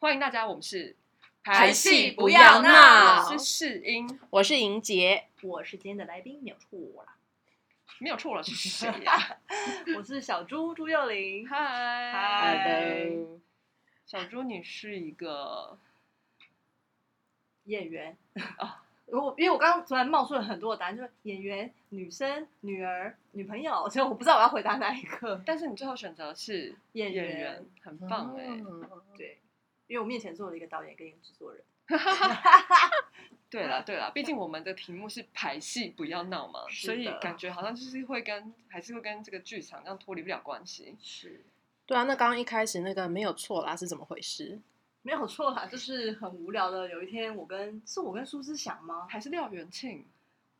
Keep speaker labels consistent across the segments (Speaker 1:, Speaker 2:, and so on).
Speaker 1: 欢迎大家，我们是
Speaker 2: 排戏不要闹
Speaker 1: 我是世英，
Speaker 3: 我是莹杰，
Speaker 2: 我是今天的来宾，没有错啦。
Speaker 1: 没有错了，是谁 呀？
Speaker 2: 我是小猪朱幼玲，
Speaker 1: 嗯嗨，
Speaker 3: 好
Speaker 2: 嗨
Speaker 3: 的，
Speaker 1: 小猪，你是一个
Speaker 2: 演员。
Speaker 1: 哦
Speaker 2: 我因为我刚刚突然冒出了很多的答案，就是演员、女生、女儿、女朋友，所以我不知道我要回答哪 一个
Speaker 1: 但是你最后选择是
Speaker 2: 演
Speaker 1: 演
Speaker 2: 员。哦
Speaker 1: 员，很棒哎、
Speaker 3: 嗯
Speaker 2: 对，因为我面前坐了一个导演跟一个制作人。
Speaker 1: 对了对了，毕竟我们的题目是排戏不要闹嘛，
Speaker 2: 是
Speaker 1: 所以
Speaker 2: 的
Speaker 1: 感觉好像就是会跟还是会跟这个剧场这样脱离不了关系。
Speaker 2: 是，
Speaker 3: 对啊，那刚刚一开始那个没有错啦，是怎么 回事？
Speaker 2: 没有错啦，就是很无聊的。有一天，我跟是我跟苏之祥吗？
Speaker 1: 还是廖元庆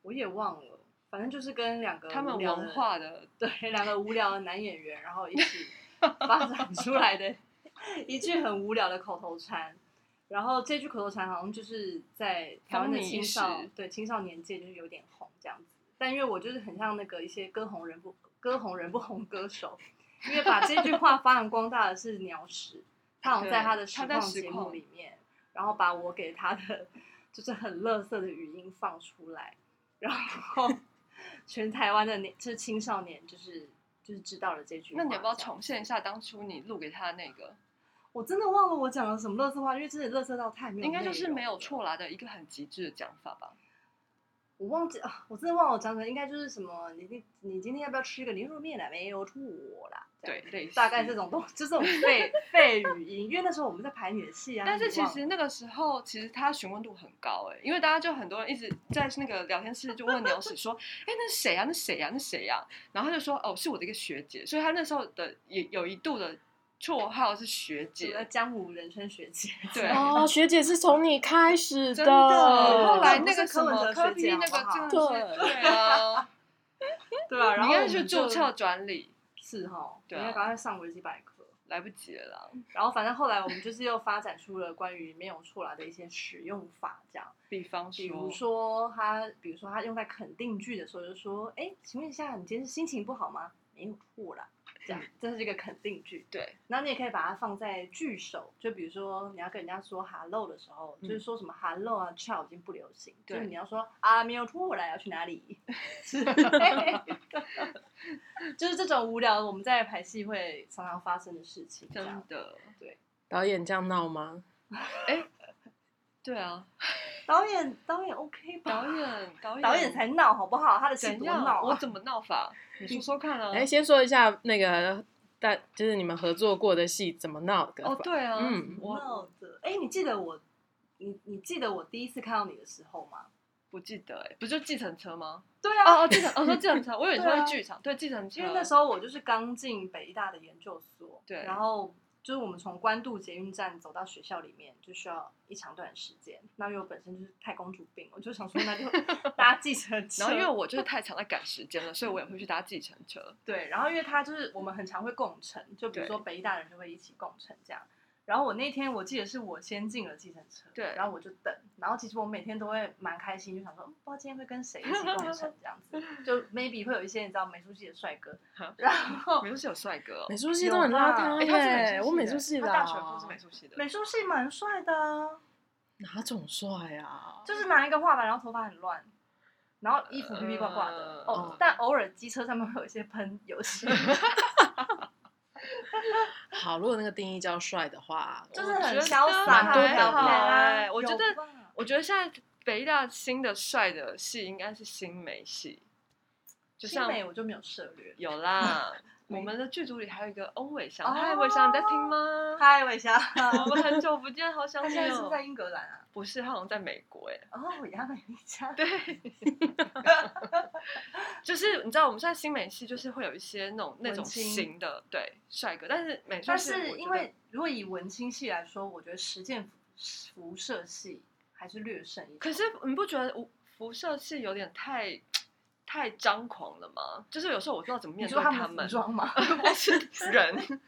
Speaker 2: 我也忘了，反正就是跟两个
Speaker 1: 他们
Speaker 2: 无聊的
Speaker 1: 文化的
Speaker 2: 对，两个无聊的男演员，然后一起发展出来的一句很无聊的口头禅。然后这句口头禅好像就是在台湾
Speaker 1: 风靡
Speaker 2: 的
Speaker 1: 一
Speaker 2: 青少
Speaker 1: 时
Speaker 2: 对青少年界就是有点红这样子，但因为我就是很像那个一些歌红人不歌红人不红歌手，因为把这句话发扬光大的是鸟屎，他好像在他的
Speaker 1: 对
Speaker 2: 实
Speaker 1: 他在
Speaker 2: 况
Speaker 1: 实
Speaker 2: 节目
Speaker 1: 况
Speaker 2: 里面，然后把我给他的就是很垃圾的语音放出来，然后全台湾的年就是青少年就是就是知道了这句话。
Speaker 1: 那你要不要
Speaker 2: 这样
Speaker 1: 重现一下当初你录给他的那个？
Speaker 2: 我真的忘了我讲了什么乐色话，因为真的乐色到太没有
Speaker 1: 应该就是
Speaker 2: 内容
Speaker 1: 没有
Speaker 2: 了
Speaker 1: 错啦的一个很极致的讲法吧？
Speaker 2: 我忘记啊，我真的忘了我讲什么，应该就是什么，你你你今天要不要吃一个牛肉面啊？没有错啦，这
Speaker 1: 对
Speaker 2: 样，
Speaker 1: 类似
Speaker 2: 大概这。种东，就这种 废废语音，因为那时候我们在排你的戏啊。
Speaker 1: 但是
Speaker 2: 你
Speaker 1: 其
Speaker 2: 忘了
Speaker 1: 实那个时候，其实他询问度很高哎、因为大家就很多人一直在那个聊天室就问鸟屎 说，哎、那谁呀、那谁呀、那谁呀、然后他就说，哦，是我的一个学姐，所以他那时候的也有一度的绰号是学
Speaker 2: 什么
Speaker 1: 姐，
Speaker 2: 江湖人称学姐，
Speaker 1: 对，啊
Speaker 3: 哦，学姐是从你开始
Speaker 1: 真
Speaker 2: 对
Speaker 1: 后来
Speaker 2: 不
Speaker 1: 那
Speaker 2: 是
Speaker 1: 个
Speaker 2: 柯
Speaker 1: 什
Speaker 2: 文
Speaker 1: 么
Speaker 2: 哲
Speaker 1: 科
Speaker 2: 学
Speaker 1: 比
Speaker 2: 姐
Speaker 1: 那个
Speaker 2: 好不好
Speaker 1: 真的是
Speaker 3: 对
Speaker 1: 对啊，
Speaker 2: 对啊，
Speaker 1: 你
Speaker 2: 然后
Speaker 1: 应
Speaker 2: 我
Speaker 1: 该
Speaker 2: 们
Speaker 1: 去
Speaker 2: 就
Speaker 1: 注册专利，
Speaker 2: 是哦，
Speaker 1: 对啊
Speaker 2: 应该赶快上维基百科。
Speaker 1: 来不及了啦，
Speaker 2: 然后反正后来我们就是又发展出了关于没有错啦的一些使用法，这样，
Speaker 1: 比方
Speaker 2: 比如说他，比如说他用在肯定句的时候，就说，哎，请问一下，你今天是心情不好吗？没有错啦，
Speaker 1: 嗯
Speaker 2: 这样，这是一个肯定句。
Speaker 1: 对，
Speaker 2: 然后你也可以把它放在句首，就比如说你要跟人家说 hello 的时候，就是说什么 hello 啊，ciao 已经不流行，
Speaker 1: 嗯
Speaker 2: 就
Speaker 1: 对
Speaker 2: 是你要说啊，没有错啦，要去哪里？ 就是这种无聊，我们在排戏会常常发生的事情。这样
Speaker 1: 真的，
Speaker 3: 导演这样闹吗？
Speaker 1: 对啊，
Speaker 2: 导演导演 OK 吧？
Speaker 1: 导演导演
Speaker 2: 导演才闹好不好？他的戏
Speaker 1: 怎
Speaker 2: 多
Speaker 1: 样？
Speaker 2: 闹
Speaker 1: 我
Speaker 2: 啊！
Speaker 1: 怎么闹法？你说说看啊。
Speaker 3: 哎、先说一下那个大，就是你们合作过的戏怎么闹的吧？
Speaker 1: 哦，对啊，
Speaker 3: 嗯
Speaker 1: 我
Speaker 2: 闹的。哎，你记得我，你你记得我第一次看到你的时候吗？
Speaker 1: 呃不记得哎，不就计程车吗？
Speaker 2: 对啊，
Speaker 1: 哦哦，计程，我说计 程车，我以为你说
Speaker 2: 对
Speaker 1: 是
Speaker 2: 啊
Speaker 1: 剧场，对，计程车，
Speaker 2: 因为那时候我就是刚进北医大的研究所，
Speaker 1: 对
Speaker 2: 然后就是我们从关渡捷运站走到学校里面就需要一长段时间。那因为我本身就是太公主病，我就想说那 就搭计程车。
Speaker 1: 然后因为我就是太常在赶时间了，所以我也会去搭计程车。
Speaker 2: 对，然后因为他就是我们很常会共乘，就比
Speaker 1: 对
Speaker 2: 如说北医大人就会一起共乘这样。然后我那天我记得是我先进了计程车，
Speaker 1: 对
Speaker 2: 然后我就等，然后其实我每天都会蛮开心，就想说，嗯，不知道今天会跟谁一起共乘这样子， 就 maybe 会有一些你知道美术系的帅哥，然后
Speaker 1: 美术系有帅哥哦，
Speaker 3: 美术系都很
Speaker 2: 有吧
Speaker 3: 邋遢
Speaker 1: 哎，他是美
Speaker 3: 耶
Speaker 1: 术系的欸
Speaker 3: 哦我美术系
Speaker 1: 他
Speaker 3: 的啊、
Speaker 1: 大学部是美术系的，
Speaker 2: 美术系蛮帅的啊，
Speaker 3: 哪种帅啊？
Speaker 2: 就是拿一个画板，然后头发很乱，然后衣服皮皮挂挂
Speaker 1: 呃
Speaker 2: 的。
Speaker 1: 嗯
Speaker 2: 哦，但偶尔机车上面会有一些喷油漆，
Speaker 3: 好，如果那个定义叫帅的话，
Speaker 2: 就是
Speaker 1: 我
Speaker 2: 很
Speaker 1: 觉
Speaker 2: 潇
Speaker 1: 得
Speaker 2: 洒，
Speaker 3: 蛮多
Speaker 2: 很漂
Speaker 3: 的吧
Speaker 2: 亮啊。
Speaker 1: 哎我觉
Speaker 2: 有
Speaker 1: 得
Speaker 2: 吧
Speaker 1: 我觉得现在北大新的帅的戏应该是新美系，就
Speaker 2: 新
Speaker 1: 像
Speaker 2: 美我就没有涉猎。
Speaker 1: 有 啦，
Speaker 2: 没
Speaker 1: 我们的剧组里还有一个欧伟
Speaker 2: 哦
Speaker 1: 翔，嗨，伟翔你在听吗？
Speaker 2: 嗨，伟翔，
Speaker 1: 我们很久不见，好想
Speaker 2: 他
Speaker 1: 你
Speaker 2: 现在是不是在
Speaker 1: 哦。
Speaker 2: 英格兰啊？
Speaker 1: 不是，他好像在美国哎。
Speaker 2: 哦，牙买一家。
Speaker 1: 对，就是你知道我们现在新美系就是会有一些那种那种
Speaker 2: 文青
Speaker 1: 型的对帅哥，但是美术
Speaker 2: 但
Speaker 1: 系我觉
Speaker 2: 是
Speaker 1: 得
Speaker 2: 因为如果以文青系来说，我觉得实践辐射系还是略胜一筹。
Speaker 1: 可是你不觉得无辐射系有点太太张狂了吗？就是有时候我不知道怎么
Speaker 2: 你
Speaker 1: 面对
Speaker 2: 说他 们的
Speaker 1: 们
Speaker 2: 服，装吗？
Speaker 1: 还是人。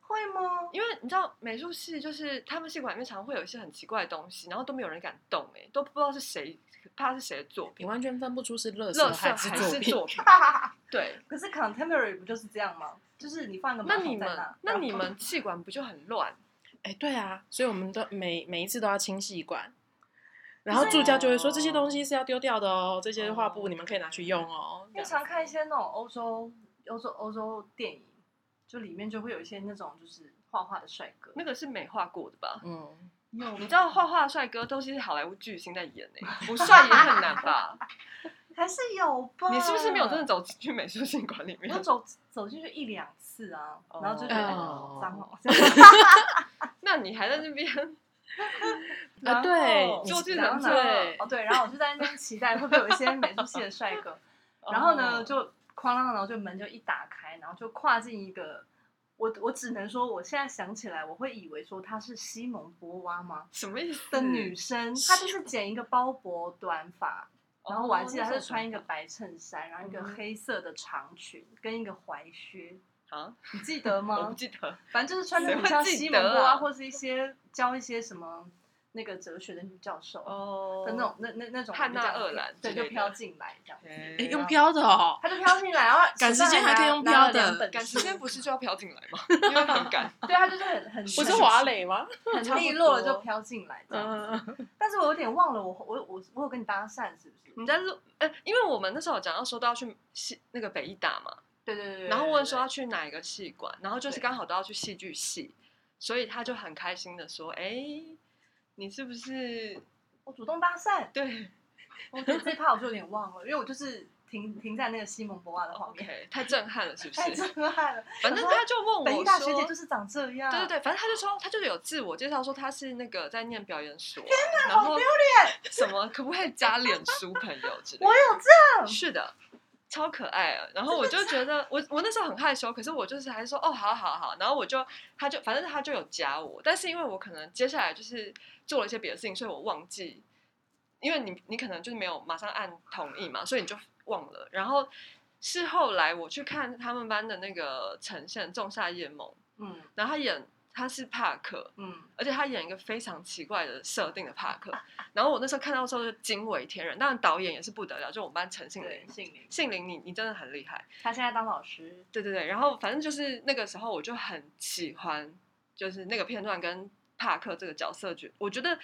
Speaker 2: 会吗？
Speaker 1: 因为你知道美术系就是他们系馆里面常会有一些很奇怪的东西，然后都没有人敢动、欸，都不知道是谁，怕是谁的作
Speaker 3: 你
Speaker 1: 品，
Speaker 3: 完全分不出是乐色
Speaker 1: 乐色
Speaker 3: 是
Speaker 1: 还
Speaker 3: 作
Speaker 1: 是
Speaker 3: 品。
Speaker 1: 作 品。对，
Speaker 2: 可是 contemporary 不就是这样吗？就是你放一个马
Speaker 1: 那你
Speaker 2: 桶在
Speaker 1: 们
Speaker 2: 那，
Speaker 1: 那
Speaker 2: 然
Speaker 1: 你
Speaker 2: 后
Speaker 1: 们系馆不就很乱？
Speaker 3: 哎，对啊，所以我们都每每一次都要清洗管。然后助教就会说
Speaker 2: 哦
Speaker 3: 这些东西是要丢掉的哦，这些画布
Speaker 2: 哦
Speaker 3: 你们可以拿去用哦。
Speaker 2: 因为常看一些那种欧洲、欧洲、欧洲电影，就里面就会有一些那种就是画画的帅哥，
Speaker 1: 那个是美化过的吧？
Speaker 3: 嗯，
Speaker 1: 你知道画画的帅哥都是好莱坞巨星在演呢、不帅也很难吧？
Speaker 2: 还是有吧？
Speaker 1: 你是不是没有真的？走进去美术性馆里面
Speaker 2: 我？走走进去一两次啊，
Speaker 1: 哦
Speaker 2: 然后就觉得哎
Speaker 3: 哦
Speaker 2: 好脏哦。
Speaker 1: 那你还在那边？
Speaker 2: 然后
Speaker 3: 哎对
Speaker 1: 你坐进
Speaker 2: 然
Speaker 1: 男
Speaker 2: 后
Speaker 1: 厕
Speaker 2: 呢哦对，然后我就在那边期待会不会有一些美术系的帅 哥，然后呢
Speaker 1: 哦
Speaker 2: 就哐啷，然后就门就一打开，然后就跨进一个。我我只能说，我现在想起来，我会以为说她是西蒙波娃吗
Speaker 1: 什么意思？
Speaker 2: 的女生，她就是剪一个包脖短发，
Speaker 1: 哦，
Speaker 2: 然后我还记得她
Speaker 1: 那
Speaker 2: 是
Speaker 1: 种
Speaker 2: 穿一个白衬衫，然后一个
Speaker 1: 嗯
Speaker 2: 黑色的长裙跟一个踝靴，
Speaker 1: 啊，
Speaker 2: 你记得吗？
Speaker 1: 我不记得。
Speaker 2: 反正就是穿的很像西蒙
Speaker 1: 谁会
Speaker 2: 波
Speaker 1: 记得啊
Speaker 2: 啊，或是一些教一些什么那个哲学的女教授的
Speaker 1: 哦
Speaker 2: 那种，那那那种
Speaker 1: 汉娜
Speaker 2: 就这样
Speaker 1: 鄂兰
Speaker 2: 对，
Speaker 1: 之类
Speaker 2: 就
Speaker 1: 的
Speaker 2: 飘进来这样子，
Speaker 1: 哎
Speaker 3: 哎用
Speaker 2: 然后
Speaker 3: 飘的哦，
Speaker 2: 他就飘进来，然后
Speaker 3: 赶时间还
Speaker 2: 还
Speaker 3: 可以用飘的
Speaker 1: 赶时间不是就要飘进来吗？因为很赶。
Speaker 2: 对他就是嗯很很
Speaker 3: 不是
Speaker 2: 很
Speaker 3: 华磊吗？
Speaker 2: 很利落的就飘进来这
Speaker 1: 嗯
Speaker 2: 样子。但是我有点忘了，我我我我有跟你搭讪是不是？
Speaker 1: 你在录，呃，因为我们那时候有讲到说都要去戏那个北艺大嘛，
Speaker 2: 对对对对。
Speaker 1: 然后问说
Speaker 2: 对
Speaker 1: 要去哪一个戏馆，然后就是
Speaker 2: 对
Speaker 1: 刚好都要去戏剧系，所以他就很开心的说：“哎，你是不是
Speaker 2: 我主动搭讪，
Speaker 1: 对
Speaker 2: 我觉得这一趴我就有点忘了，因为我就是停停在那个西蒙波娃的画面，
Speaker 1: ？OK，太震撼了，是不
Speaker 2: 太
Speaker 1: 是？
Speaker 2: 震撼了。
Speaker 1: 反正他就问
Speaker 2: 北
Speaker 1: 我
Speaker 2: 医大学姐
Speaker 1: 说
Speaker 2: 就。”是长这样，
Speaker 1: 对对对，反正他就说，他就是有自我介绍说他是那个在念表演所啊，然后
Speaker 2: 好丢
Speaker 1: 脸，什么可不可以加脸书朋友之类的
Speaker 2: 我有
Speaker 1: 是的，超可爱啊。然后我就觉得，我我那时候很害羞，可是我就是还是说，哦，好好好。然后我就，他就反正他就有加我，但是因为我可能接下来就是做了一些别的事情，所以我忘记，因为你你可能就是没有马上按同意嘛，所以你就忘了。然后是后来我去看他们班的那个呈现《仲夏夜梦》，
Speaker 2: 嗯
Speaker 1: 然后他演他是帕克，
Speaker 2: 嗯，
Speaker 1: 而且他演一个非常奇怪的设定的帕克。然后我那时候看到的时候就惊为天人，当然导演也是不得了，就我们班陈信
Speaker 2: 对
Speaker 1: 林，。
Speaker 2: 姓林，
Speaker 1: 信林你你真的很厉害，
Speaker 2: 他现在当老师，
Speaker 1: 对对对。然后反正就是那个时候我就很喜欢，就是那个片段跟帕克这个角色，觉我觉得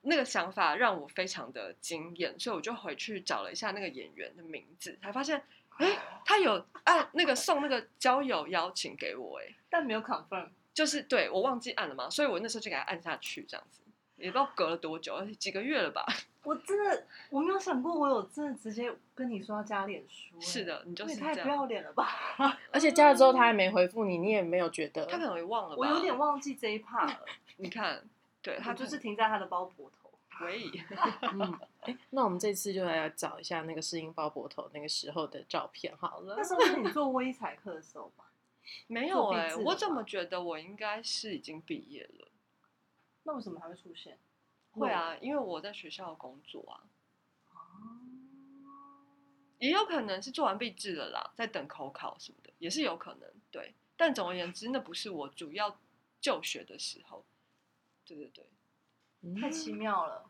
Speaker 1: 那个想法让我非常的惊艳，所以我就回去找了一下那个演员的名字，才发现。哎，他有按那个送那个交友邀请给我，哎，
Speaker 2: 但没有 confirm。
Speaker 1: 就是对我忘记按了嘛，所以我那时候就给他按下去，这样子，也不知道隔了多久，几个月了吧？
Speaker 2: 我真的我没有想过，我有真的直接跟你说要加脸书、哎
Speaker 1: 是，的，你就
Speaker 2: 你
Speaker 1: 是
Speaker 2: 也
Speaker 1: 这
Speaker 2: 太不
Speaker 1: 样，
Speaker 2: 要脸了吧！
Speaker 3: 而且加了之后他还没回复你，你也没有觉得
Speaker 1: 他可能也忘了吧？
Speaker 2: 我有点忘记这一 part 了，
Speaker 1: 你看，对 他
Speaker 2: 他就是停在他的包脖头。
Speaker 1: 喂，
Speaker 3: 嗯，哎，那我们这次就来找一下那个适应包脖头那个时候的照片好了
Speaker 2: 那。时候是你做微彩课的时候吧？
Speaker 1: 没有
Speaker 2: 作弊
Speaker 1: 哎、
Speaker 2: 制
Speaker 1: 我
Speaker 2: 了
Speaker 1: 怎
Speaker 2: 吧
Speaker 1: 么觉得我应该是已经毕业了？
Speaker 2: 那为什么还会出现？
Speaker 1: 会啊，因为我在学校工作啊，
Speaker 2: 哦，
Speaker 1: 也有可能是做完毕制了啦，在等口考什么的，也是有可能。对，但总而言之，那不是我主要就学的时候。对对对，
Speaker 3: 嗯
Speaker 2: 太奇妙了，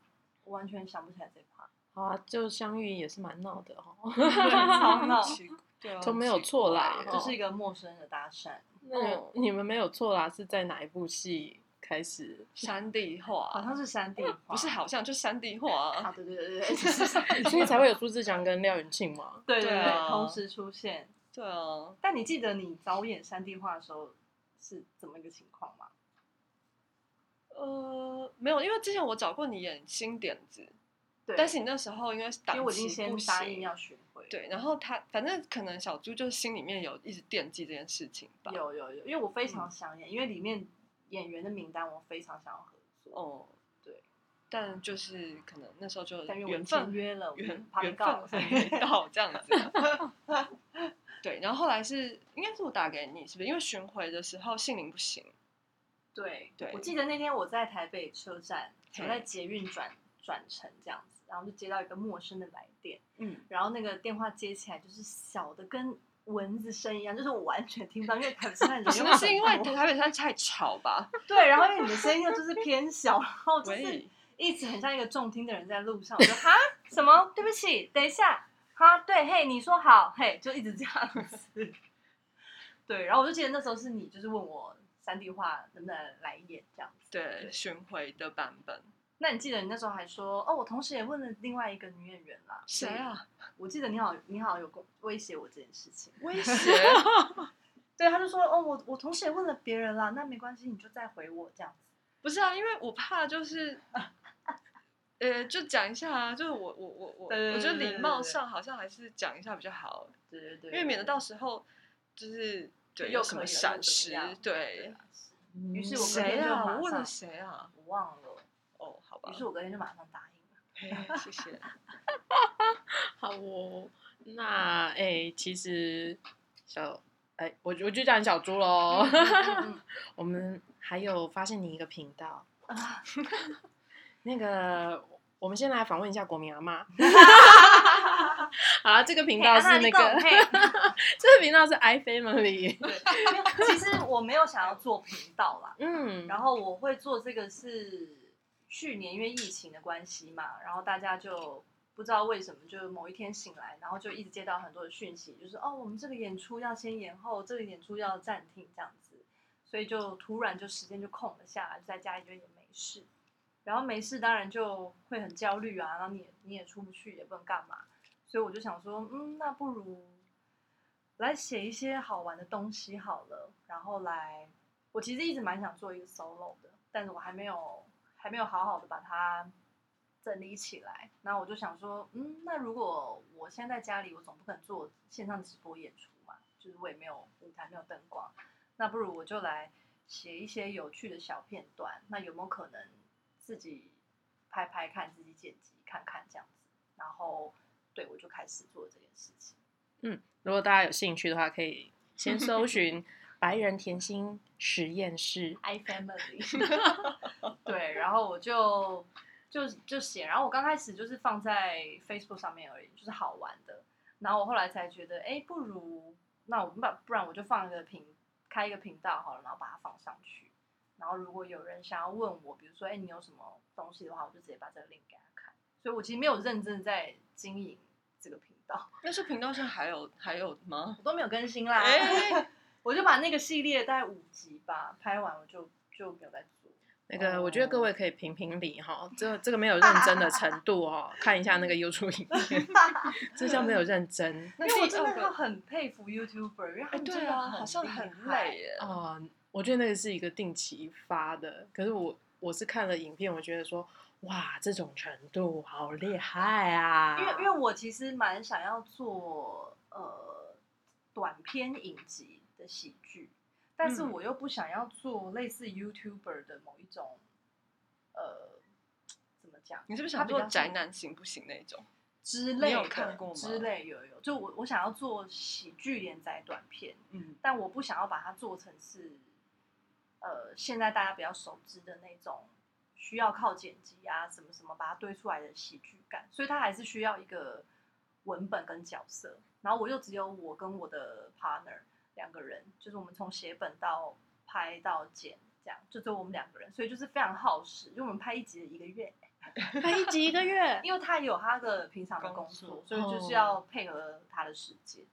Speaker 2: 我完全想不起来这一 part。
Speaker 3: 好啊，就相遇也是蛮闹的哦，
Speaker 2: 超闹，
Speaker 1: 奇对啊，
Speaker 3: 都没
Speaker 1: 很
Speaker 3: 有
Speaker 1: 奇
Speaker 3: 错
Speaker 1: 怪
Speaker 3: 啦
Speaker 1: 欸
Speaker 2: 就是一个陌生人的搭 讪。
Speaker 3: 那你们没有错啦，是在哪一部戏开始？
Speaker 1: 山地
Speaker 2: 好
Speaker 1: 化，
Speaker 2: 像是山地话，
Speaker 1: 不是好像就山地化
Speaker 2: 啊？
Speaker 1: 啊。
Speaker 2: 对 对对对，就是山地
Speaker 3: 所以才会有苏志祥跟廖元庆嘛。
Speaker 2: 对对
Speaker 1: 对啊
Speaker 2: 对，同时出现。
Speaker 1: 对啊，
Speaker 2: 但你记得你导演山地画的时候是怎么一个情况吗？
Speaker 1: 呃，没有，因为之前我找过你演新点子，
Speaker 2: 对
Speaker 1: 但是你那时候因为
Speaker 2: 因
Speaker 1: 档
Speaker 2: 为我已经
Speaker 1: 期
Speaker 2: 先
Speaker 1: 不
Speaker 2: 答应
Speaker 1: 行，
Speaker 2: 要学会，，
Speaker 1: 对，然后他反正可能小猪就心里面有一直惦记这件事情吧。嗯
Speaker 2: 有有有，因为我非常想演，因为里面演员的名单我非常想要合作，
Speaker 1: 哦，
Speaker 2: 对，
Speaker 1: 但就是可能那时候就
Speaker 2: 但因为我
Speaker 1: 缘
Speaker 2: 签
Speaker 1: 分
Speaker 2: 约了，我
Speaker 1: 缘
Speaker 2: 怕被
Speaker 1: 缘
Speaker 2: 告
Speaker 1: 分 还没到这样子。啊对，然后后来是应该是我打给你，是不是？因为巡回的时候杏林不 行，
Speaker 2: 对
Speaker 1: 对
Speaker 2: 我记得那天我在台北车站，
Speaker 1: 嘿
Speaker 2: 我在捷运转转乘这样子，然后就接到一个陌生的来电，
Speaker 1: 嗯，
Speaker 2: 然后那个电话接起来就是小的跟蚊子声一样，就是我完全听不到，因为可能现在人
Speaker 1: 不 是
Speaker 2: 又
Speaker 1: 那是
Speaker 2: 很
Speaker 1: 因为
Speaker 2: 多
Speaker 1: 台北山太吵吧？
Speaker 2: 对，然后因为你的声音又就是偏小，然后 就是
Speaker 1: 喂，
Speaker 2: 一直很像一个重听的人在路上，我说哈什么？对不起，等一下，哈对，嘿，你说好，嘿，就一直这样子。 对，然后我就记得那时候是你就是问我三 D 画能不能来演这样子，
Speaker 1: 对
Speaker 2: 对
Speaker 1: 巡回的版 本。
Speaker 2: 那你记得你那时候还说哦，我同时也问了另外一个女演员啦，
Speaker 1: 谁？啊？
Speaker 2: 我记得你好，你好有跟威胁我这件事情。
Speaker 1: 威胁？
Speaker 2: 对，他就说哦，我我同时也问了别人啦，那没关系，你就再回我这样子。
Speaker 1: 不是啊，因为我怕就是，呃，就讲一下啊，就是我我我我，
Speaker 2: 对对
Speaker 1: 我觉得
Speaker 2: 对对
Speaker 1: 礼
Speaker 2: 对
Speaker 1: 貌
Speaker 2: 对
Speaker 1: 上好像还是讲一下比较好，
Speaker 2: 对对对，
Speaker 1: 因为免得到时候就是对
Speaker 2: 又
Speaker 1: 有什
Speaker 2: 可
Speaker 1: 么
Speaker 2: 以了又
Speaker 1: 闪
Speaker 2: 怎么
Speaker 1: 失
Speaker 2: 样，
Speaker 1: 对。
Speaker 2: 于是我隔
Speaker 1: 谁
Speaker 2: 天就
Speaker 1: 啊？
Speaker 2: 马
Speaker 1: 我问了
Speaker 2: 上
Speaker 1: 谁啊？
Speaker 2: 我忘了，
Speaker 1: 哦，好吧
Speaker 2: 于，是我隔天就马上答应了。
Speaker 1: 嘿谢 谢。
Speaker 3: 好哦，那哎、其实小哎、我我就叫你小猪喽。
Speaker 2: 嗯嗯
Speaker 3: 我们还有发现你一个频道，
Speaker 2: 嗯啊
Speaker 3: 那个我们先来访问一下国民阿妈。 好啦，这个频道是那
Speaker 2: 嘿啊
Speaker 3: 个
Speaker 2: 你，懂 嘿
Speaker 3: 这个频道是 i family。
Speaker 2: 对没有其实我没有想要做频道啦，
Speaker 3: 嗯，
Speaker 2: 然后我会做这个是去年因为疫情的关系嘛，然后大家就不知道为什么就某一天醒来，然后就一直接到很多的讯息，就是哦，我们这个演出要先延后，这个演出要暂停这样子，所以就突然就时间就空了下来，就在家里就也没事，然后没事当然就会很焦虑啊，然后你也你也出不去，也不能干嘛，所以我就想说，嗯，那不如来写一些好玩的东西好了，然后来，我其实一直蛮想做一个 solo 的，但是我还没有还没有好好的把它整理起来。那我就想说，嗯，那如果我现在在家里，我总不可能做线上直播演出嘛，就是我也没有舞台，没有灯光，那不如我就来写一些有趣的小片段，那有没有可能自己拍拍看，自己剪辑看看这样子，然后对我就开始做这件事情。
Speaker 3: 如果大家有兴趣的话，可以先搜寻“白人甜心实验室
Speaker 2: i family，对， 然后我就就就写，然后我刚开始就是放在 Facebook 上面而已，就是好玩的，然后我后来才觉得，哎，不如那我们把不然我就放一个频开一个频道好了，然后把它放上去，然后如果有人想要问我，比如说，哎，你有什么东西的话，我就直接把这个 link 给他看，所以我其实没有认真在经营这个频道，
Speaker 1: 那是频道上还有还有吗？
Speaker 2: 我都没有更新啦，
Speaker 1: 哎
Speaker 2: 我就把那个系列大概五集吧拍完，我就就没有再做。”。
Speaker 3: 那个，我觉得各位可以评评理哈，这这个没有认真的程度哦，看一下那个 YouTube 影片， 这叫没有认真。
Speaker 1: 那
Speaker 2: 因为我
Speaker 1: 第
Speaker 2: 真
Speaker 1: 二
Speaker 2: 的
Speaker 1: 个，
Speaker 2: 很佩服 YouTuber，因为他
Speaker 1: 哎，
Speaker 2: 们真
Speaker 1: 对
Speaker 2: 的
Speaker 1: 啊，好像
Speaker 2: 厉
Speaker 1: 很
Speaker 2: 害哦
Speaker 1: 累。耶。
Speaker 3: 啊、我觉得那个是一个定期发的，可是我我是看了影片，我觉得说，哇，这种程度好厉害啊！
Speaker 2: 因为因为我其实蛮想要做呃短片影集的喜剧，但是
Speaker 1: 嗯
Speaker 2: 我又不想要做类似 YouTuber 的某一种呃怎么讲
Speaker 1: 你是不是
Speaker 2: 它
Speaker 1: 想
Speaker 2: 比
Speaker 1: 做
Speaker 2: 较
Speaker 1: 宅
Speaker 2: 像
Speaker 1: 男行不行那种？
Speaker 2: 之类
Speaker 1: 有
Speaker 2: 的
Speaker 1: 看过吗
Speaker 2: 之类有有，就我我想要做喜剧连载短片，
Speaker 1: 嗯，
Speaker 2: 但我不想要把它做成是，呃，现在大家比较熟知的那种需要靠剪辑啊什么什么把它堆出来的喜剧感，所以它还是需要一个文本跟角色。然后我就只有我跟我的 partner 两个人，就是我们从写本到拍到剪这样，就只有我们两个人，所以就是非常耗时，因为我们拍一集一个月，
Speaker 3: 拍一集一个月，
Speaker 2: 因为他有他的平常的工
Speaker 1: 工
Speaker 2: 作
Speaker 1: 作，
Speaker 2: 所以就是要配合他的时间，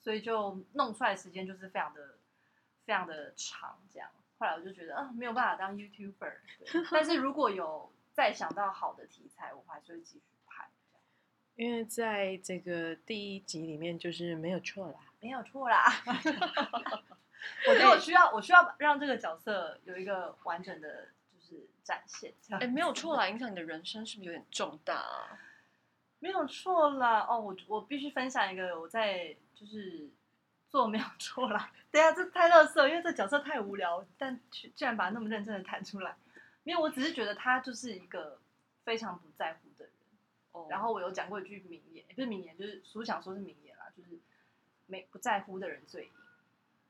Speaker 2: 所以就弄出来的时间就是非常的、非常的长。这样，后来我就觉得，嗯、没有办法当 YouTuber 对。但是如果有再想到好的题材，我还是会继续拍。这样
Speaker 3: 因为在这个第一集里面就是没有错啦。
Speaker 2: 没有错 啦。我觉得我需要，我需要让这个角色有一个完整的，就是展现。这样
Speaker 1: 哎，没有错 啦，影响你的人生是不是有点重大啊？
Speaker 2: 没有错啦，哦，我我必须分享一个我在就是做没有错啦。对啊，这太乐色，因为这角色太无聊，但居居然把它那么认真的弹出来。没有，我只是觉得他就是一个非常不在乎的人。
Speaker 1: 哦
Speaker 2: 然后我有讲过一句名言，不是名言，就是书想说是名言啦，就是没不在乎的人最赢。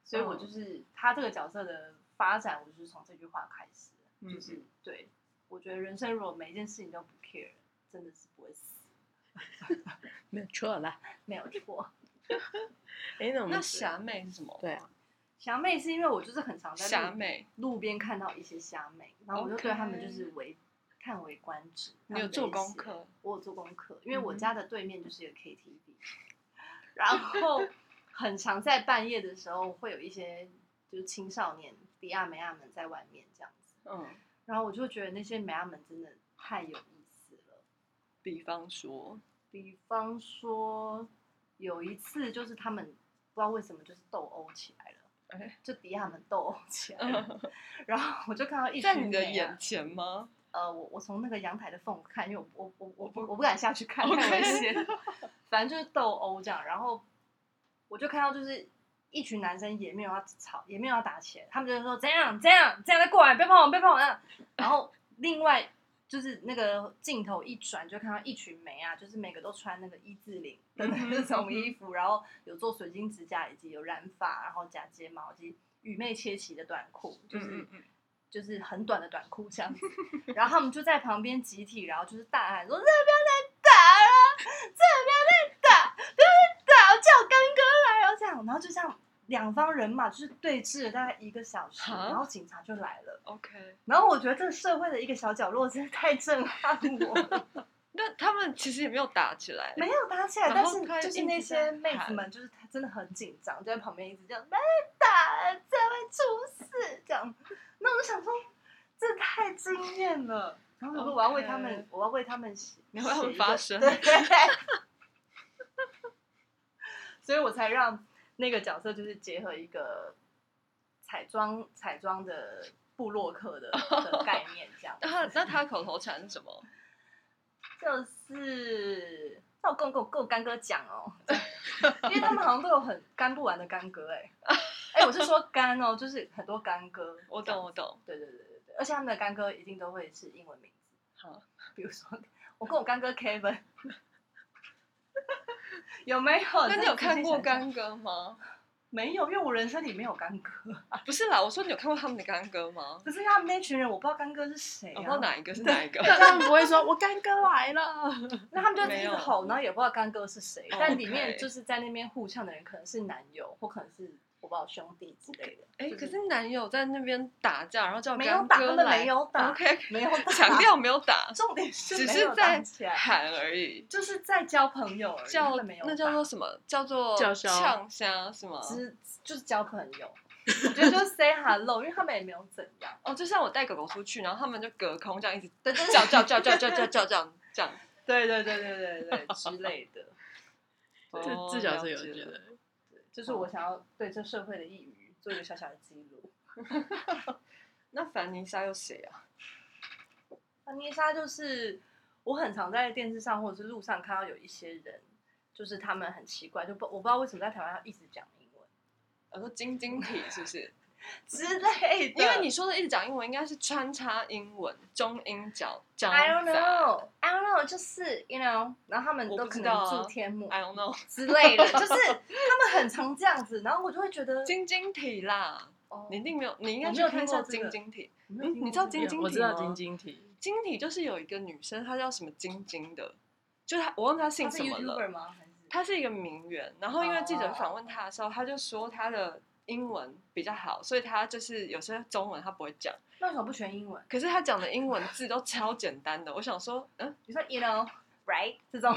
Speaker 2: 所以我就是、他这个角色的发展，我就是从这句话开始的，就是、对我觉得人生如果每一件事情都不 care，真的是不会死。
Speaker 3: 没有错啦。
Speaker 2: 没有错。
Speaker 3: 哎，那我们
Speaker 1: 那
Speaker 3: 是
Speaker 1: 霞妹是什么？
Speaker 3: 对啊，
Speaker 2: 虾妹是因为我就是很常在
Speaker 1: 霞
Speaker 2: 路
Speaker 1: 妹，
Speaker 2: 路边看到一些虾妹，然后我就
Speaker 1: OK
Speaker 2: 对他们就是为叹为观止。
Speaker 1: 你有
Speaker 2: 他们的
Speaker 1: 做
Speaker 2: 一
Speaker 1: 功
Speaker 2: 些
Speaker 1: 课？
Speaker 2: 我有做功课，因为我
Speaker 1: 嗯哼
Speaker 2: 家的对面就是一个 KTV，、然后很常在半夜啊的时候会有一些就是青少年比亚美亚们在外面这样子。
Speaker 1: 嗯，
Speaker 2: 然后我就觉得那些美亚们真的太有意思了。
Speaker 1: 比方说，
Speaker 2: 比方说，有一次就是他们不知道为什么就是斗殴起来了，
Speaker 1: 哎啊
Speaker 2: 就迪亚们斗殴起来了。然后我就看到一群
Speaker 1: 在你的
Speaker 2: 美亚
Speaker 1: 眼前吗？
Speaker 2: 呃，我我从那个阳台的缝看，因为我我我我不
Speaker 1: 我不
Speaker 2: 我不敢下去看，
Speaker 1: OK 嗯
Speaker 2: 太危险。反正就是斗殴这样，然后我就看到就是一群男生也没有要吵，也没有要打起来，他们就说怎样怎样怎样再过来，别碰我，别碰我。这样然后另外就是那个镜头一转，就看到一群梅啊，就是每个都穿那个一字领的那种衣服，然后有做水晶指甲，以及有染发，然后假睫毛，以及愚昧切齐的短裤，就是。
Speaker 1: 嗯嗯嗯，
Speaker 2: 就是很短的短裤这样子，然后他们就在旁边集体，然后就是大喊说：“这不要再打了，这不要再打，不要再打，叫我干哥来！”然后这样，然后就这样，两方人马就是对峙了大概一个小时，
Speaker 1: 哈
Speaker 2: 然后警察就来了。
Speaker 1: OK，
Speaker 2: 然后我觉得这个社会的一个小角落真的太震撼我了，
Speaker 1: 那他们其实也没有打起来，
Speaker 2: 没有打起来，
Speaker 1: 然
Speaker 2: 但
Speaker 1: 后
Speaker 2: 是
Speaker 1: 他
Speaker 2: 就
Speaker 1: 一
Speaker 2: 是
Speaker 1: 直
Speaker 2: 那些
Speaker 1: 在
Speaker 2: 妹子
Speaker 1: 喊
Speaker 2: 们就是她真的很紧张，就在旁边一直这样：“不要再打了，这会出事。”这样，那我就想说，这太惊艳了。然后我说我要为他们
Speaker 1: OK
Speaker 2: 我要为他们写，
Speaker 1: 你要为他们
Speaker 2: 写一个
Speaker 1: 发声
Speaker 2: 对，所以我才让那个角色就是结合一个彩妆彩妆的部落客的的概念，这 样
Speaker 1: 那他那他口头禅是什么？
Speaker 2: 就是那我跟我跟我跟我干哥讲哦，因为他们好像都有很干不完的干哥哎、哎、我是说干哦，就是很多干哥，
Speaker 1: 我懂，我懂。
Speaker 2: 对对对对对，而且他们的干哥一定都会是英文名字。
Speaker 1: 好，
Speaker 2: 比如说我跟我干哥 Kevin，有没有？
Speaker 1: 那你有看过
Speaker 2: 真的仔细想想？
Speaker 1: 干哥吗？
Speaker 2: 没有，因为我人生里没有干哥。
Speaker 1: 不是啦，我说你有看过他们的干哥吗？
Speaker 2: 可是因为他们那群人，我不知道干哥是谁、
Speaker 1: 我哦
Speaker 2: 啊，
Speaker 1: 不知道哪一个是哪一个。
Speaker 3: 但他们不会说“我干哥来了
Speaker 2: 那他们就一
Speaker 1: 没
Speaker 2: 直
Speaker 1: 有
Speaker 2: 吼，然后也不知道干哥是谁，
Speaker 1: 哦
Speaker 2: 但
Speaker 1: OK
Speaker 2: 里面就是在那边互呛的人，可能是男友，或可能是我不知道兄弟之类的。
Speaker 1: 哎，
Speaker 2: 就
Speaker 1: 可是男友在那边打架，然后叫
Speaker 2: 没有
Speaker 1: 干
Speaker 2: 打，
Speaker 1: 哥
Speaker 2: 他们
Speaker 1: 来。
Speaker 2: 没有打，
Speaker 1: OK，
Speaker 2: 没有打，
Speaker 1: 强调没有打，
Speaker 2: 重点是
Speaker 1: 只
Speaker 2: 没
Speaker 1: 是
Speaker 2: 有打
Speaker 1: 在
Speaker 2: 起来
Speaker 1: 喊而已。
Speaker 2: 就是在交朋友而已，他
Speaker 1: 叫
Speaker 2: 们没有
Speaker 1: 那
Speaker 2: 打
Speaker 1: 叫做什么？叫做
Speaker 3: 叫嚣
Speaker 1: 呛虾是吗？
Speaker 2: 只就是交朋友，我觉 得就是 say hello，因为他们也没有怎样。
Speaker 1: 哦，就像我带狗狗出去，然后他们就隔空这样一直
Speaker 2: 对对
Speaker 1: 叫叫叫叫叫叫叫这样这 样。
Speaker 2: 对对对对对对对之类 的，”，
Speaker 1: 哦
Speaker 3: 这这角色有
Speaker 1: 了解
Speaker 3: 觉
Speaker 1: 了
Speaker 3: 得
Speaker 2: 这是我想要对这社会的一语做一个小小的记录。
Speaker 1: 那凡妮莎又谁啊？
Speaker 2: 那捏沙就是我很常在电视上或者是路上看到有一些人，就是他们很奇怪，就不我不知道为什么在台湾要一直讲英 文
Speaker 1: 我说晶晶体是不 是？
Speaker 2: 之类的，
Speaker 1: 因为你说的一直讲英文，应该是穿插英文，中英角讲
Speaker 2: I don't
Speaker 1: 法
Speaker 2: know I don't know 就是 you know，然后他们
Speaker 1: 我
Speaker 2: 都
Speaker 1: 不
Speaker 2: 可
Speaker 1: 知道
Speaker 2: 能
Speaker 1: 啊
Speaker 2: 住天母
Speaker 1: I don't know，
Speaker 2: 之类的，就是他们很常这样子，然后我就会 觉得，
Speaker 1: 晶晶体啦，
Speaker 2: 哦
Speaker 1: 你一定没有，你应
Speaker 2: 我
Speaker 1: 该
Speaker 2: 没
Speaker 1: 去
Speaker 2: 有
Speaker 1: 看一
Speaker 2: 听过
Speaker 1: 下
Speaker 2: 这
Speaker 1: 晶
Speaker 2: 个
Speaker 1: 晶体。嗯
Speaker 2: 你没有听过
Speaker 1: 你知道
Speaker 2: 这
Speaker 1: 晶
Speaker 2: 个
Speaker 1: 晶
Speaker 3: 我知道
Speaker 1: 体吗
Speaker 3: 晶晶体，
Speaker 1: 晶体就是有一个女生，她叫什么晶晶的，就是她，我忘记她姓
Speaker 2: 他是
Speaker 1: 什么了。
Speaker 2: YouTuber 吗？还是
Speaker 1: 她是一个名媛，然后因为记者
Speaker 2: 哦
Speaker 1: 访问她的时候，她就说她的英文比较好，所以她就是有些中文她不会讲，
Speaker 2: 那为什么不全英文？
Speaker 1: 可是她讲的英文字都超简单的。我想说，嗯，
Speaker 2: 你说 you know right 这 种，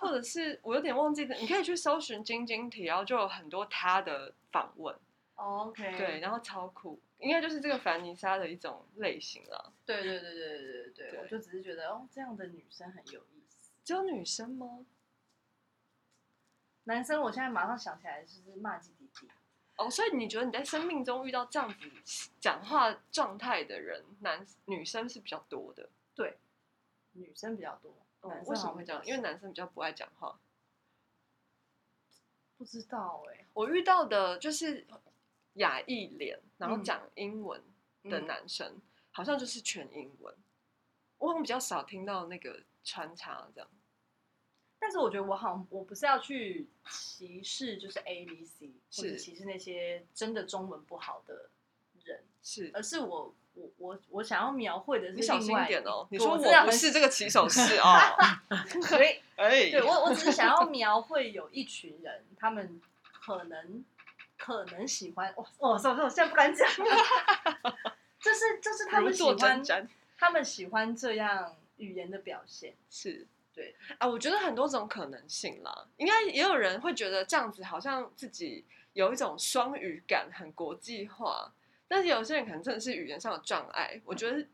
Speaker 1: 或者是我有点忘记的，你可以去搜寻晶晶体，然后就有很多她的访问，
Speaker 2: OK，
Speaker 1: 对，然后超酷，应该就是这个凡妮莎的一种类型啦。
Speaker 2: 对对对对对对对，
Speaker 1: 对
Speaker 2: 我就只是觉得哦，这样的女生很有意思。
Speaker 1: 只有女生吗？
Speaker 2: 男生，我现在马上想起来就是骂鸡弟弟，
Speaker 1: 哦，所以你觉得你在生命中遇到这样子讲话状态的人，男女生是比较多的？
Speaker 2: 女生比较多。
Speaker 1: 哦
Speaker 2: 男生
Speaker 1: 为什
Speaker 2: 好
Speaker 1: 么会
Speaker 2: 像比
Speaker 1: 这
Speaker 2: 较
Speaker 1: 样？因为
Speaker 2: 少
Speaker 1: 男生比较不爱讲话。
Speaker 2: 不知道哎、
Speaker 1: 我遇到的就是亚裔脸，然后
Speaker 2: 嗯
Speaker 1: 讲英文的
Speaker 2: 嗯
Speaker 1: 男生，好像就是全英文。我好像比较少听到那个穿插这样。
Speaker 2: 但是我觉得我好像我不是要去歧视，就是 A B C，或者
Speaker 1: 是
Speaker 2: 歧视那些真的中文不好的人，
Speaker 1: 是，
Speaker 2: 而是我我我我想要描绘的是
Speaker 1: 你小心
Speaker 2: 另外
Speaker 1: 一点哦。你
Speaker 2: 对
Speaker 1: 说
Speaker 2: 我真的
Speaker 1: 我不
Speaker 2: 很
Speaker 1: 是这个起手 式哦。
Speaker 2: 所以
Speaker 1: 哎，
Speaker 2: 对我我只是想要描绘有一群人，他们可能可能喜欢哇哇，算了算了，我现在不敢讲， 就是就是他
Speaker 1: 如
Speaker 2: 们喜
Speaker 1: 坐针
Speaker 2: 欢
Speaker 1: 毡。
Speaker 2: 他们喜欢这样语言的表现。
Speaker 1: 是
Speaker 2: 对
Speaker 1: 啊，我觉得很多种可能性啦，应该也有人会觉得这样子好像自己有一种双语感，很国际化。但是有些人可能真的是语言上的障碍，我觉得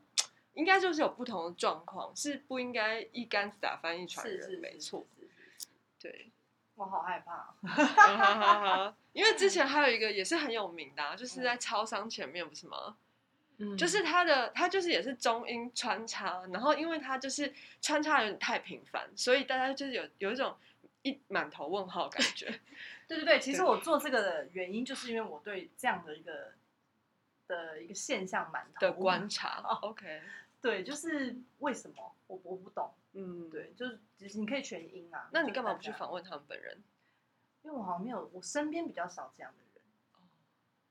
Speaker 1: 应该就是有不同的状况，是不应该一竿子打翻一船
Speaker 2: 是
Speaker 1: 人，
Speaker 2: 是是
Speaker 1: 没错，，
Speaker 2: 是是是
Speaker 1: 对。嗯
Speaker 2: 我好害怕。哦
Speaker 1: 哈哈哈哈因为之前还有一个也是很有名的、啊，
Speaker 2: 嗯
Speaker 1: 就是在超商前面，不是吗？
Speaker 3: 嗯
Speaker 1: 就是他的，他就是也是中英穿插，然后因为他就是穿插有点太频繁，所以大家就是有有一种一满头问号的感 觉。
Speaker 2: 对对对，其实
Speaker 1: 对
Speaker 2: 我做这个的原因，就是因为我对这样的一个的一个现象蛮头
Speaker 1: 的
Speaker 2: 雾
Speaker 1: 观察。OK，
Speaker 2: 对，就是为什么我我不懂，
Speaker 1: 嗯，
Speaker 2: 对，就是其实你可以全阴啊。
Speaker 1: 那你
Speaker 2: 就是
Speaker 1: 干嘛
Speaker 2: 大
Speaker 1: 不去
Speaker 2: 家？
Speaker 1: 访问他们本人？
Speaker 2: 因为我好像没有，我身边比较少这样的人。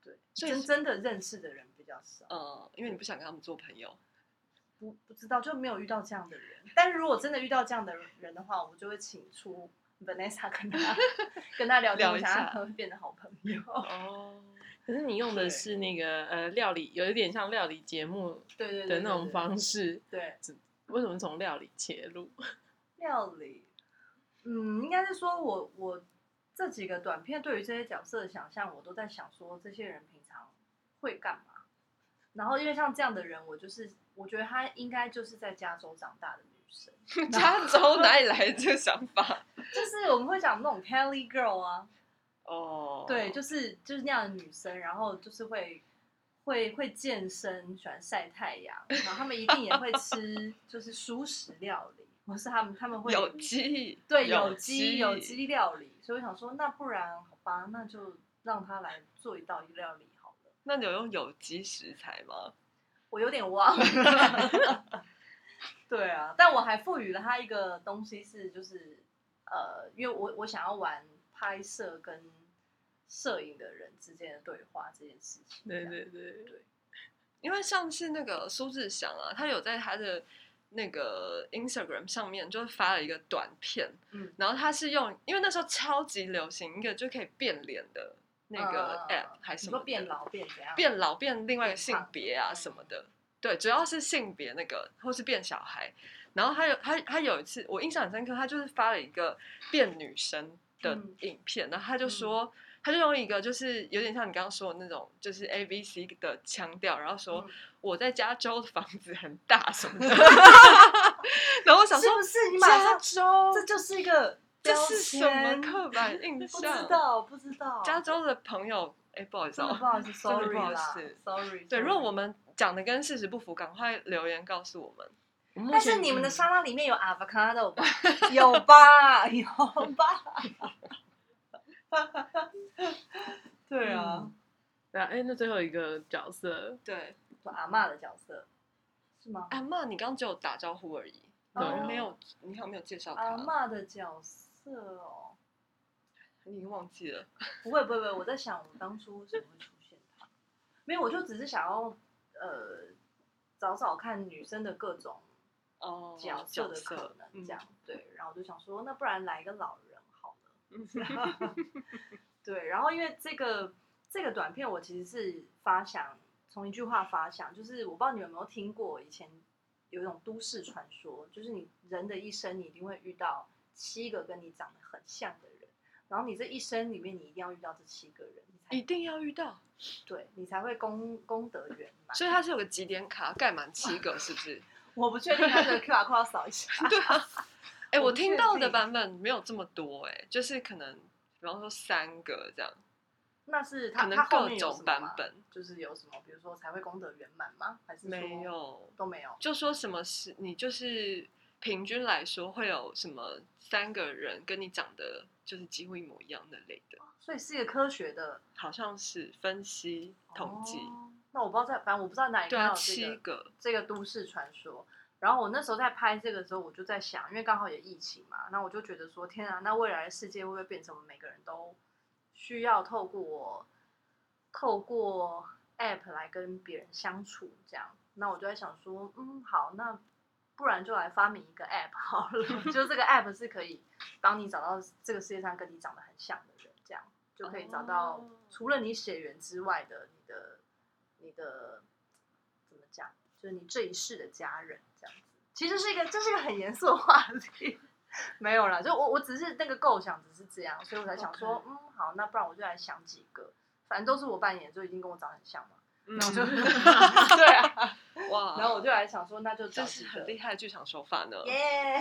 Speaker 2: 对，
Speaker 1: 所以
Speaker 2: 真
Speaker 1: 是
Speaker 2: 真的认识的人比较少，
Speaker 1: 嗯，因为你不想跟他们做朋友。
Speaker 2: 不不知道就没有遇到这样的人。但如果真的遇到这样的人的话，我就会请出 Vanessa 跟他 跟他聊天，
Speaker 1: 聊
Speaker 2: 我
Speaker 1: 一
Speaker 2: 想
Speaker 1: 下
Speaker 2: 让他会 变得好朋友。
Speaker 1: 哦，
Speaker 3: 可是你用的
Speaker 2: 对
Speaker 3: 是那个呃料理，有一点像料理节目
Speaker 2: 对对对
Speaker 3: 的那种
Speaker 2: 对
Speaker 3: 方式。
Speaker 2: 对。
Speaker 3: 为什么从料理切入？
Speaker 2: 料理，嗯，应该是说我我这几个短片对于这些角色的想象，我都在想说这些人平常会干嘛。然后因为像这样的人，我就是我觉得她应该就是在加州长大的女生，
Speaker 1: 加州哪里来的这个想法？
Speaker 2: 就是我们会讲那种 Kelly girl 啊，
Speaker 1: 哦，
Speaker 2: 对，就是就是那样的女生，然后就是会。会会健身，喜欢晒太阳，然后他们一定也会吃就是蔬食料理，或是他们他们会
Speaker 1: 有机，
Speaker 2: 对，
Speaker 1: 有
Speaker 2: 有机有机料理，所以我想说，那不然好吧，那就让他来做一道料理好了。
Speaker 1: 那你有用有机食材吗？
Speaker 2: 我有点 忘了，对啊，但我还赋予了他一个东西是，就是呃，因为我我想要玩拍摄跟摄影的人之间的对话这件事情。
Speaker 3: 对
Speaker 2: 这样
Speaker 3: 对对对，
Speaker 1: 因为上次那个苏志祥啊，他有在他的那个 Instagram 上面就是发了一个短片，
Speaker 2: 嗯
Speaker 1: 然后他是用，因为那时候超级流行一个就可以变脸的那个
Speaker 2: 嗯
Speaker 1: app，、还是什
Speaker 2: 你
Speaker 1: 么
Speaker 2: 说
Speaker 1: 的
Speaker 2: 变老变怎样？
Speaker 1: 变老变另外一个
Speaker 2: 变
Speaker 1: 性
Speaker 2: 胖
Speaker 1: 别啊什么的，对，主要是性别那个，或是变小孩。然后他有他他有一次我印象很深刻，他就是发了一个变女生的
Speaker 2: 嗯
Speaker 1: 影片，然后他就说。他就用一个就是有点像你刚刚说的那种，就是 A B C 的腔调，然后说、
Speaker 2: 嗯
Speaker 1: 我在加州的房子很大什 么的，然后我想
Speaker 2: 是
Speaker 1: 说
Speaker 2: 不是你马
Speaker 1: 加
Speaker 2: 上？
Speaker 1: 州
Speaker 2: 这就是一个
Speaker 1: 这
Speaker 2: 标
Speaker 1: 是什么
Speaker 2: 签
Speaker 1: 刻 板印
Speaker 2: 不
Speaker 1: 象？
Speaker 2: 知道，不知道。
Speaker 1: 加州的朋友，哎、不好意思、
Speaker 2: 真的
Speaker 1: 哦，
Speaker 2: 不好意思
Speaker 1: 真的
Speaker 2: ，sorry
Speaker 1: 不好意
Speaker 2: 啦
Speaker 1: 思
Speaker 2: ，sorry。
Speaker 1: 对，如果我，们讲的跟事实不符，赶快留言告诉我们。
Speaker 3: 我目
Speaker 2: 但是
Speaker 3: 前
Speaker 2: 你们的
Speaker 3: 嗯
Speaker 2: 沙拉里面有 avocado 吧？有吧？ 有吧？对啊，
Speaker 3: 对啊，哎，那最后一个角色，
Speaker 1: 对，
Speaker 2: 做阿嬷的角色是吗？
Speaker 1: 阿妈，你刚刚只有打招呼而已，
Speaker 2: 哦
Speaker 1: 你没有，你好像没有介绍
Speaker 2: 阿
Speaker 1: 他，
Speaker 2: 嬷的角色哦，
Speaker 1: 你已经忘记了。
Speaker 2: 不会不会不会，我在想我当初为什么会出现他？没有，我就只是想要呃找找看女生的各种
Speaker 1: 哦，
Speaker 2: 角色
Speaker 1: 角
Speaker 2: 的可
Speaker 1: 色，嗯
Speaker 2: 能这样、对，然后我就想说，那不然来一个老人好了。
Speaker 1: 嗯。
Speaker 2: 对，然后因为这个这个短片，我其实是发想从一句话发想，就是我不知道你们有没有听过，以前有一种都市传说，就是你人的一生，你一定会遇到七个跟你长得很像的人，然后你这一生里面，你一定要遇到这七个人，
Speaker 1: 一
Speaker 2: 你才
Speaker 1: 定要遇到，
Speaker 2: 对你才会功功德圆满。
Speaker 1: 所以它是有个几点卡，盖满七个，是不是？
Speaker 2: 我不确定他的 QR code 要扫一下，
Speaker 1: 哎，
Speaker 2: 我
Speaker 1: 我
Speaker 2: 不
Speaker 1: 听
Speaker 2: 确
Speaker 1: 到的
Speaker 2: 定
Speaker 1: 版本没有这么多，哎，就是可能，比方说三个这样，
Speaker 2: 那是他
Speaker 1: 可能
Speaker 2: 他后
Speaker 1: 各
Speaker 2: 面有什
Speaker 1: 种
Speaker 2: 么
Speaker 1: 版
Speaker 2: 吗，
Speaker 1: 本
Speaker 2: 就是有什么，比如说才会功德圆满吗？还是说
Speaker 1: 没有。
Speaker 2: 都没有？
Speaker 1: 就说什么是你就是平均来说会有什么三个人跟你长得就是几乎一模一样的类的，
Speaker 2: 所以是一个科学的
Speaker 1: 好像是分析统计，
Speaker 2: 哦那我不知道在，反正我不知道哪里
Speaker 1: 对
Speaker 2: 看
Speaker 1: 啊，
Speaker 2: 到
Speaker 1: 七
Speaker 2: 这个
Speaker 1: 个，
Speaker 2: 这个都市传说。然后我那时候在拍这个时候，我就在想，因为刚好也疫情嘛，那我就觉得说，天啊，那未来的世界会不会变成我们每个人都需要透过透过 App 来跟别人相处这样？那我就在想说，嗯，好，那不然就来发明一个 App 好了， 就这个 App 是可以帮你找到这个世界上跟你长得很像的人，这样就可以找到
Speaker 1: 哦
Speaker 2: 除了你血缘之外的你的你的怎么讲，就是你这一世的家人这样子。其实是一个，这是一个很严肃的话题。没有啦，就我我只是那个构想只是这样，所以我才想说
Speaker 1: OK
Speaker 2: 嗯，好，那不然我就来想几个，反正都是我扮演，就已经跟我长得很像嘛。
Speaker 4: 那我就
Speaker 1: 对啊，哇，
Speaker 2: 然后我就来想说，那就找
Speaker 1: 这是
Speaker 2: 几个
Speaker 1: 很厉害的剧场手法呢。
Speaker 2: 耶，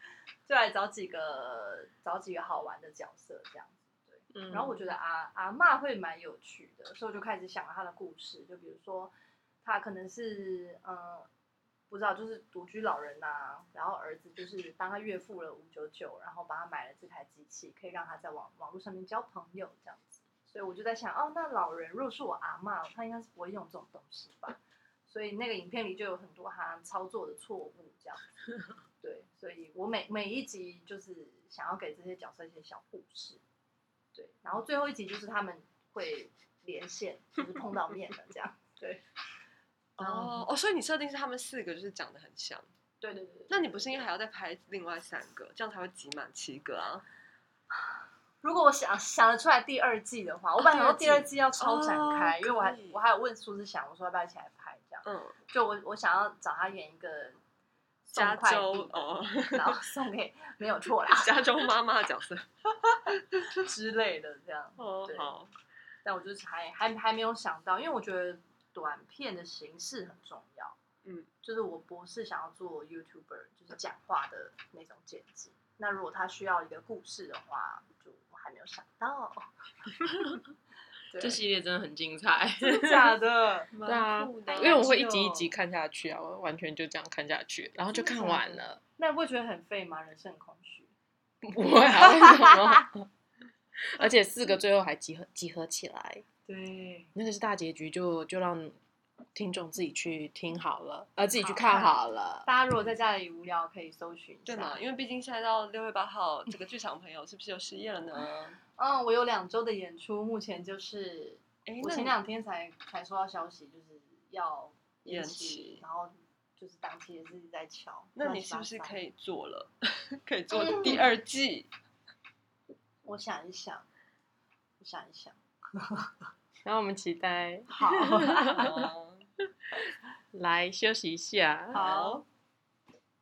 Speaker 2: 就来找几个找几个好玩的角色这样子。
Speaker 1: 嗯
Speaker 2: 然后我觉得阿阿嬷会蛮有趣的，所以我就开始想了她的故事，就比如说她可能是嗯、呃不知道就是独居老人呐、然后儿子就是帮他岳父了五九九，然后帮他买了这台机器，可以让他在网网络上面交朋友这样子。所以我就在想，哦，那老人如果是我阿嬷，她应该是不会用这种东西吧？所以那个影片里就有很多他操作的错误这样子。对，所以我每每一集就是想要给这些角色一些小故事。对，然后最后一集就是他们会连线，就是碰到面了 这样。对，嗯
Speaker 1: 哦哦，所以你设定是他们四个就是长得很像，
Speaker 2: 对对对对。
Speaker 1: 那你不是应该还要再拍另外三个，这样才会挤满七个啊？
Speaker 2: 如果我想想得出来第二季的话，
Speaker 1: 啊
Speaker 2: 我本来想说第二季要超展
Speaker 1: 哦
Speaker 2: 开，因为我还
Speaker 1: 可以
Speaker 2: 我还有问苏志祥，我说要不要一起来拍这样？
Speaker 1: 嗯，
Speaker 2: 就我我想要找他演一个送
Speaker 1: 加
Speaker 2: 快
Speaker 1: 州
Speaker 2: 递的
Speaker 1: 哦，
Speaker 2: 然后送给没有错啦
Speaker 1: 加州妈妈的角 色。
Speaker 2: 之类的这样。
Speaker 1: 哦
Speaker 2: 对，
Speaker 1: 好，
Speaker 2: 但我就是还还还没有想到，因为我觉得短片的形式很重要。
Speaker 1: 嗯，
Speaker 2: 就是我不是想要做 YouTuber，就是讲话的那种剪辑。那如果他需要一个故事的话，就我还没有想到。 对
Speaker 4: 这系列真的很精彩。
Speaker 2: 真的假的？
Speaker 1: 对
Speaker 3: 对啊，因为我会一集一集看下去啊，我完全就这样看下去，然后就
Speaker 2: 真的
Speaker 3: 看
Speaker 2: 假
Speaker 3: 完
Speaker 2: 的
Speaker 3: 了。
Speaker 2: 那不会觉得很废吗？人生很空虚。
Speaker 3: 不会 啊，为什么？而且四个最后还集合集合起来，
Speaker 2: 对，
Speaker 3: 那个是大结局就，就让听众自己去听好了，呃，自己去
Speaker 2: 好
Speaker 3: 看
Speaker 2: 看
Speaker 3: 好了。
Speaker 2: 大家如果在家里无聊，可以搜寻一
Speaker 1: 对
Speaker 2: 下
Speaker 1: 嘛？。因为毕竟现在到六月八号，这个剧场朋友是不是又失业了呢？
Speaker 2: 嗯，我有两周的演出，目前就是
Speaker 1: 哎，
Speaker 2: 我
Speaker 1: 那
Speaker 2: 前
Speaker 1: 你
Speaker 2: 两天才才收到消息，就是要
Speaker 1: 延
Speaker 2: 期
Speaker 1: 期，
Speaker 2: 然后就是档期也是一直在敲。
Speaker 1: 那你是不是
Speaker 2: 乱七八糟
Speaker 1: 可以做了？ 可以做 第二季？
Speaker 2: 我想一想，我想一想。
Speaker 3: 然后我们期待
Speaker 2: 好，
Speaker 1: 好
Speaker 3: 来休息一下。
Speaker 2: 好。